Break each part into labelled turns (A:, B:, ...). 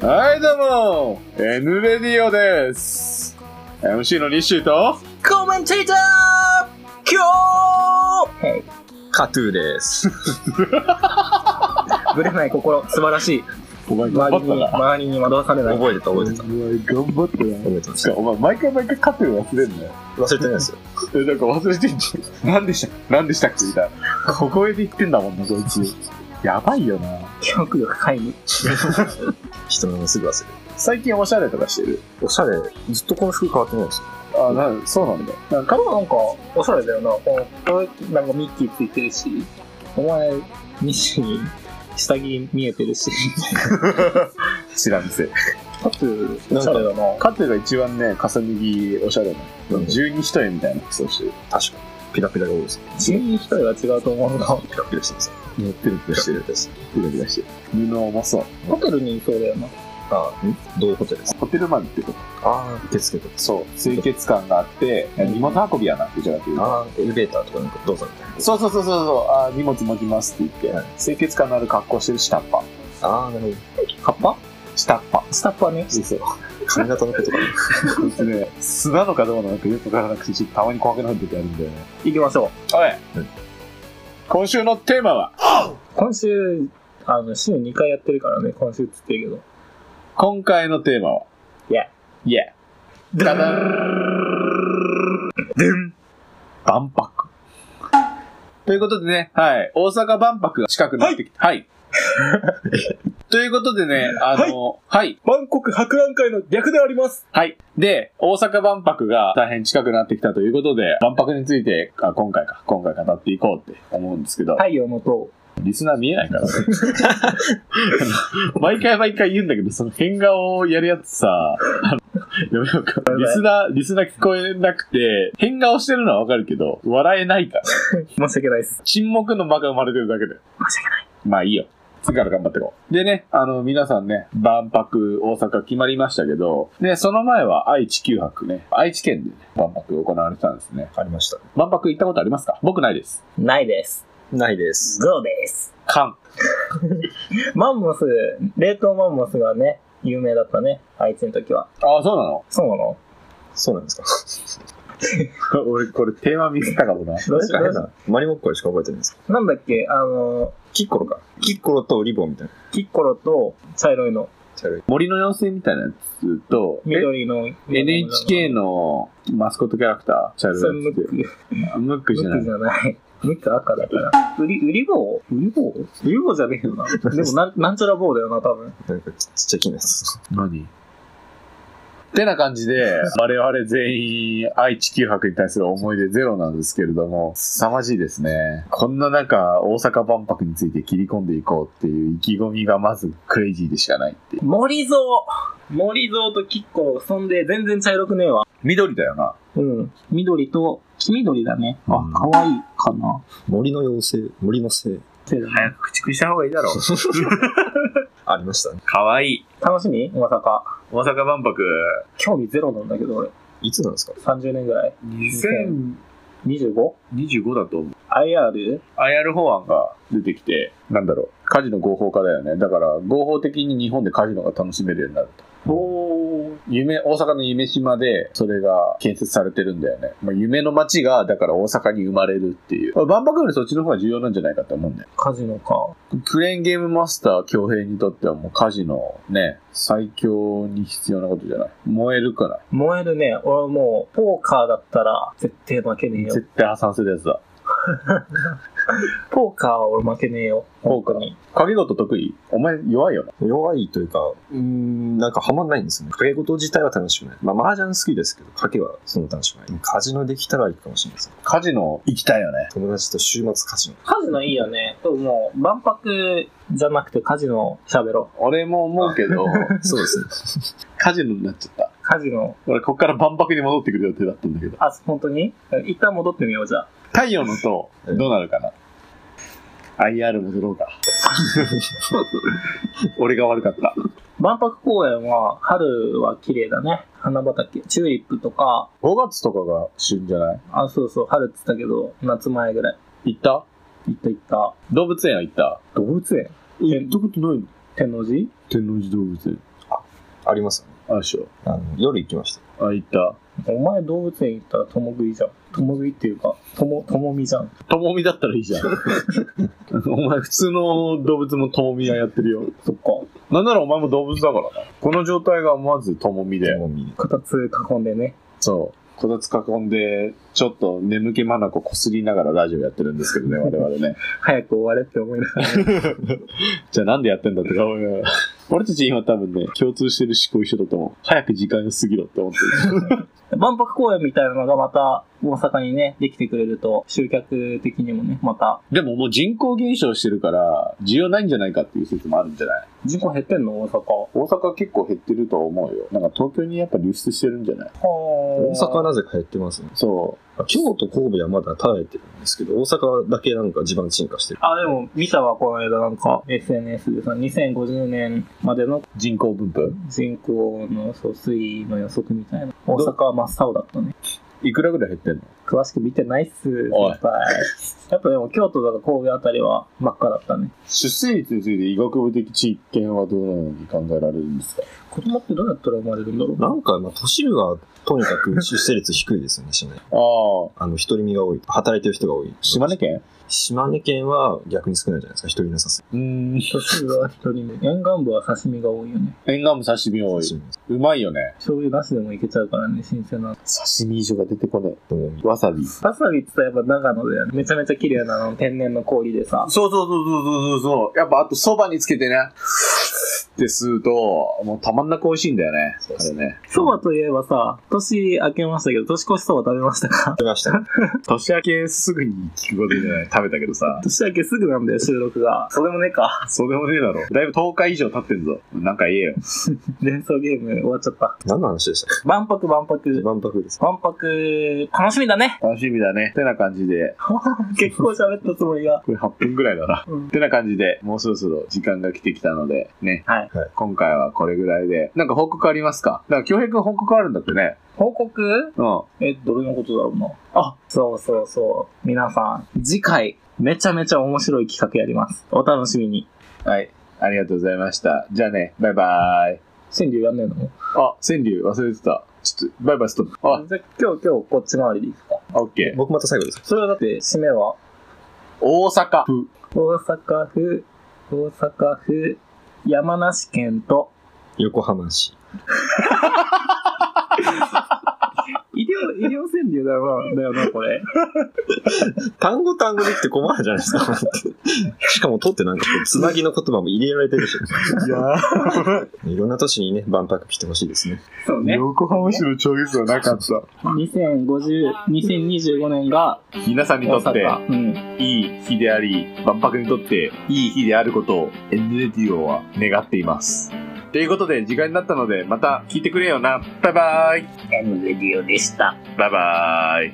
A: はい、どうも !N レディオです !MC の西と、
B: コメンテーター今日カトゥーです。ぶれない心、素晴らしい。
A: お前頑
B: 周りに、
A: 張ったな。
B: 周りに惑わされない。覚えてた、
A: お
B: 覚
A: 前
B: えてた。
A: 頑張ったな。
B: 覚えてま
A: しかもお前毎回毎回勝てる忘れんなよ。
B: 忘れてないですよ。
A: え、なんか忘れてんじゃん。何でした何でしたっけみたいな。小声で言ってんだもんな、こいつ。やばいよな。
B: 記憶力皆無。人のすぐ忘れる。
A: 最近おしゃれとかしてる。
B: おしゃれ、ずっとこの服変わってないですよ。
A: あ、な、そうなんだ。なんか、
C: 彼はなんか、おしゃれだよな。この、これなんかミッキーついてるし、お前、ミッシーに下着見えてるし、
A: 知らんせ。
C: かつ、おしゃれだな。
A: カテが一番ね、重ね着おしゃれな。
B: うん
A: 十二一重みたいな服装してる。
B: 確かに。ピラピラが多いです。
C: 自分に一人は違うと思うな。
B: ピラピラしてます。
A: 塗ってる
B: ピラピラです。
A: ピラピラしてる。布重そう。
C: ホテルにいそうだよな。
B: ああ、んどういうことです
A: ホテルマンってこと
B: ああ、受付とか。
A: そう。清潔感があって、荷物運びやなってじゃなくて。
B: ああ、エレベーターとかなんかどうぞみたいな。
A: そうそうそうそうそう、あー荷物持ちますって言っ
B: は
A: て、清潔感のある格好してる下っ端。
B: ああ、なる
C: 葉
B: ほ
C: っぱ
A: 下っ端。
C: 下っ端ね。
A: そうそう。
B: ど。髪型のことか。
A: こいつね、素なのかどうなのかよくわからなくて、ちょっとたまに怖くなる時あるんだよね。
C: 行きましょう。
A: おい、
B: うん
A: 今週のテーマは、
C: 今週、あの、週2回やってるからね、今週っつってるけど。
A: 今回のテーマは、
C: いや。
A: いや、
C: ダダン
A: 万博。ということでね、はい、大阪万博が近くなってきて、はい。ということでね、あの、はい、
C: バンコク博覧会の逆であります
A: はい。で、大阪万博が大変近くなってきたということで、万博について、あ今回か、今回語っていこうって思うんですけど、
C: 太陽の塔。
A: リスナー見えないからね。 あの毎回毎回言うんだけど、その変顔をやるやつさ、あのやめようか。リスナー、リスナー聞こえなくて、変顔してるのはわかるけど、笑えないから。
C: 申し訳ないです。
A: 沈黙の間が生まれてるだけで。
C: 申し訳ない。
A: まあいいよ。次から頑張っていこう。でね、あの、皆さんね、万博、大阪決まりましたけど、ね、その前は愛知9泊ね、愛知県でね、万博行われてたんですね。
B: ありました。
A: 万博行ったことありますか僕ないです。
C: ないです。
B: ないです。
C: ゴーです。
A: かん。
C: マンモス、冷凍マンモスがね、有名だったね。あいつの時は。
A: ああ、そうなの
C: そうなの
B: そうなんですか。
A: 俺、これテーマミスったかもな。
C: ど
B: な
C: うんしたどう
B: か変
C: し
B: な、マリモッコレしか覚えてないんです
C: たなんだっけあの、
B: キッコロか。キッコロとリボンみたいな。
C: キッコロと茶色いの、
B: 茶色い。
A: 森の妖精みたいなやつと、
C: 緑の。
A: え NHK のマスコットキャラクター、チャイル
C: そ
A: ド
C: れムック、ム
A: ってムックじゃな
C: ッ
A: い
C: クじ。ゃない。ムック赤だから。売り、売り棒売り棒売り棒じゃねえよな。 でもなん、なんちゃら棒だよな、多分。
B: なんかちちっちゃい木のやつ。
A: 何てな感じ で、我々全員、愛知9泊に対する思い出ゼロなんですけれども、凄まじいですね。こんな中、大阪万博について切り込んでいこうっていう意気込みがまずクレイジーでしかないっていう。
C: 森蔵森蔵とキッコロ、そんで全然茶色くねえわ。
A: 緑だよな。
C: うん。緑と、黄緑だね。
B: う
C: あ
B: ん、
C: かわいいかな。
B: 森の妖精、森のせい。
C: そうだね
A: 早く駆逐した方がいいだ ろう。
B: ありましたね。
A: かわいい。
C: 楽しみ大阪。
A: 大阪万博、
C: 興味ゼロなんだけど、俺。
B: いつなんですか
C: 30年ぐらい
A: 2025
C: 25?
A: だと思う。
C: IR?
A: IR 法案が出てきて、なんだろう、カジノ合法化だよね。だから、合法的に日本でカジノが楽しめるようになると。
C: おー。
A: 夢、大阪の夢島で、それが建設されてるんだよね。まあ、夢の街が、だから大阪に生まれるっていう。まあ万博よりそっちの方が重要なんじゃないかと思うんだよ。
C: カジノか。
A: クレーンゲームマスター強兵にとってはもうカジノ、ね、最強に必要なことじゃない。燃えるから。
C: 燃えるね。俺はもう、ポーカーだったら、絶対負けねえよ。
A: 絶対破産するやつだ。
C: ポーカーは俺負けねえよ。
A: ポーカー
C: 本当に。
A: 掛け事得意お前弱いよな。
B: 弱いというか、うーん、なんかハマんないんですね。掛け事自体は楽しめない。まあ、麻雀好きですけど、賭けはその楽しめない。カジノできたら行くかもしれないですね。
A: カジノ行きたいよね。
B: 友達と週末カジノ。
C: カジノいいよね。でももう、万博じゃなくてカジノ喋ろう。
A: 俺も思うけ ど、
B: そうですね。
A: カジノになっちゃった。
C: カジノ。
A: 俺、こっから万博に戻ってくる予定だったんだけど。
C: あ、本当に一旦戻ってみよう、じゃあ。
A: 太陽の塔、
B: うん
A: どうなるかな ?IR 戻ろう か。俺が悪かった。
C: 万博公園は、春は綺麗だね。花畑。チューリップとか、
A: 5月とかが旬じゃない
C: あ、そうそう、春って言ったけど、夏前ぐらい。
A: 行った
C: 行った行った。
A: 動物園は行った
C: 動物園
A: 行ったことないの
C: 天王寺
A: 天王寺動物園。
B: あ、ありますよね。
A: あるでしょ。
B: あの夜行きました。
A: あ、行った。
C: お前動物園行ったら共食いじゃん。共食いっていうか、とも、ともみじゃん。
A: ともみだったらいいじゃん。 お前普通の動物もともみがやってるよ。
C: そっか。
A: なんならお前も動物だからな。この状態がまずともみで。
B: も見に
C: こたつ囲んでね。
A: そう。こたつ囲んで、ちょっと眠気まなここすりながらラジオやってるんですけ どね、我々ね。
C: 早く終われって思いながら。
A: じゃあなんでやってんだって思いながら。俺たち今多分ね、共通してる思考一緒だと思う。早く時間が過ぎろって思ってる。
C: 万博公園みたいなのがまた大阪にね、できてくれると、集客的にもね、また。
A: でももう人口減少してるから、需要ないんじゃないかっていう説もあるんじゃない
C: 人口減ってんの大阪。
A: 大阪結構減ってると思うよ。なんか東京にやっぱ流出してるんじゃない
B: 大
C: 大
B: 阪はなぜか減ってますね。
A: そう。
B: 京都、神戸はまだ耐えてるんですけど、大阪だけなんか地盤沈下してる。
C: あ、でも、見たわ、この間なんか、SNS でさ、2050年までの
A: 人口分布
C: 人口のそう推移の予測みたいな。大阪は真っ青だったね。
A: いくらぐらい減ってんの
C: 詳しく見てないっす、先
A: おい
C: 輩。やっぱでも、京都とか神戸あたりは真っ赤だったね。
A: 出生率について医学部的知見はどのように考えられるんですか
C: 子供ってどうやったら生まれるんだろう
B: なんか、まあ、都市部がとにかく出生率低いですよね、島根。
A: ああ、
B: あの、独り身が多い。働いてる人が多い。
A: 島根県
B: 島根県は逆に少ないじゃないですか、一人なさす
A: うーん。
C: 都市部は一人目。沿岸部は刺身が多いよね。
A: 沿岸部刺身多い。うまいよね。
C: 醤油なしでもいけちゃうからね、新鮮な。
A: 刺身以上が出てこない。わさび。そう
C: わさびってさ、やっぱ長野だよね。めちゃめちゃ綺麗なあの天然の氷でさ。
A: そうそうそうそうそう。やっぱあとそばにつけてね。って吸うと、もうたまんなく美味しいんだよね。
B: そう
A: あ
B: そ
A: れね。
C: そばといえばさ、年明けましたけど、年越しそば食べましたか
B: 出ました。
A: 年明けすぐに聞くことじゃない。食べたけどさ。
C: 年明けすぐなんだよ、収録が。それもねえか。
A: そうでもねえだろ。だいぶ10日以上経ってんぞ。なんか言えよ。
C: 連想ゲーム終わっちゃった。
B: 何の話でしたっ
C: 万博万
B: け
C: 博。
B: 万博です。
C: 万博、楽しみだ ね。
A: 楽しみだね。てな感じで、
C: 結構喋ったつもりが。
A: これ8分ぐらいだな。
C: うん
A: てな感じで、もうそろそろ時間が来てきたので、ね。
C: はい。
A: 今回はこれぐらいで。なんか報告ありますかなんか、京平くん報告あるんだってね。
C: 報告
A: うん。
C: え、どれのことだろうな。あ、そうそうそう。皆さん、次回、めちゃめちゃ面白い企画やります。お楽しみに。
A: はい。ありがとうございました。じゃあね、バイバイ。
C: 川柳やんねえの
A: あ、川柳忘れてた。ちょっと、バイバイストップ。あ、
C: じゃあ今日、今日、こっち回りでいくか。
A: オッケー。
B: 僕また最後です。
C: それはだって、締めは、
A: 大阪府、
C: 大阪府、大阪府、山梨県と、
B: 横浜市。
C: 医療、医療川柳だよな、だよな、これ。
B: 単語単語できて困るじゃないですか。 しかも取ってなんかこうつなぎの言葉も入れられてるし。いろんな都市にね、万博来てほしいですね。
C: そうね。
A: 横浜市のチョイスはなかった。
C: 2050、2025年が、
A: 皆さんにと
C: 大
A: って、
C: 阪。うん。
A: いい日であり、万博にとっていい日であることを NDTO は願っています。ということで、時間になったので、また聞いてくれよな。バイバイ。
C: N レディオでした。
A: バイバイ。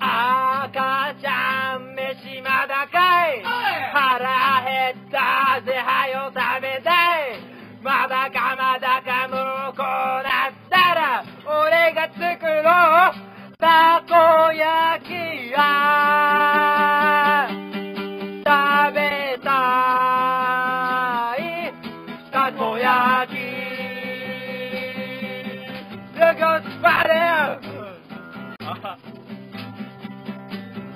D: 赤ちゃん飯まだかい腹減ったぜはよ食べたいまだかまだかもうこうなったら俺が作ろうたこ焼きは食べたいたこ焼き Look at Spider!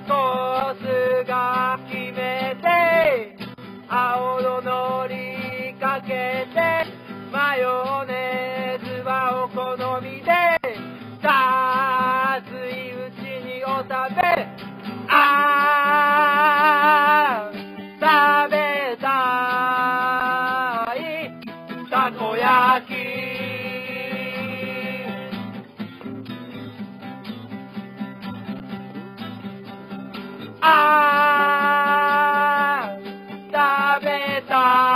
D: コースが決めて青ののりかけてマヨネーズはお好みで熱いうちにお食べあー食べたいたこ焼きあー食べた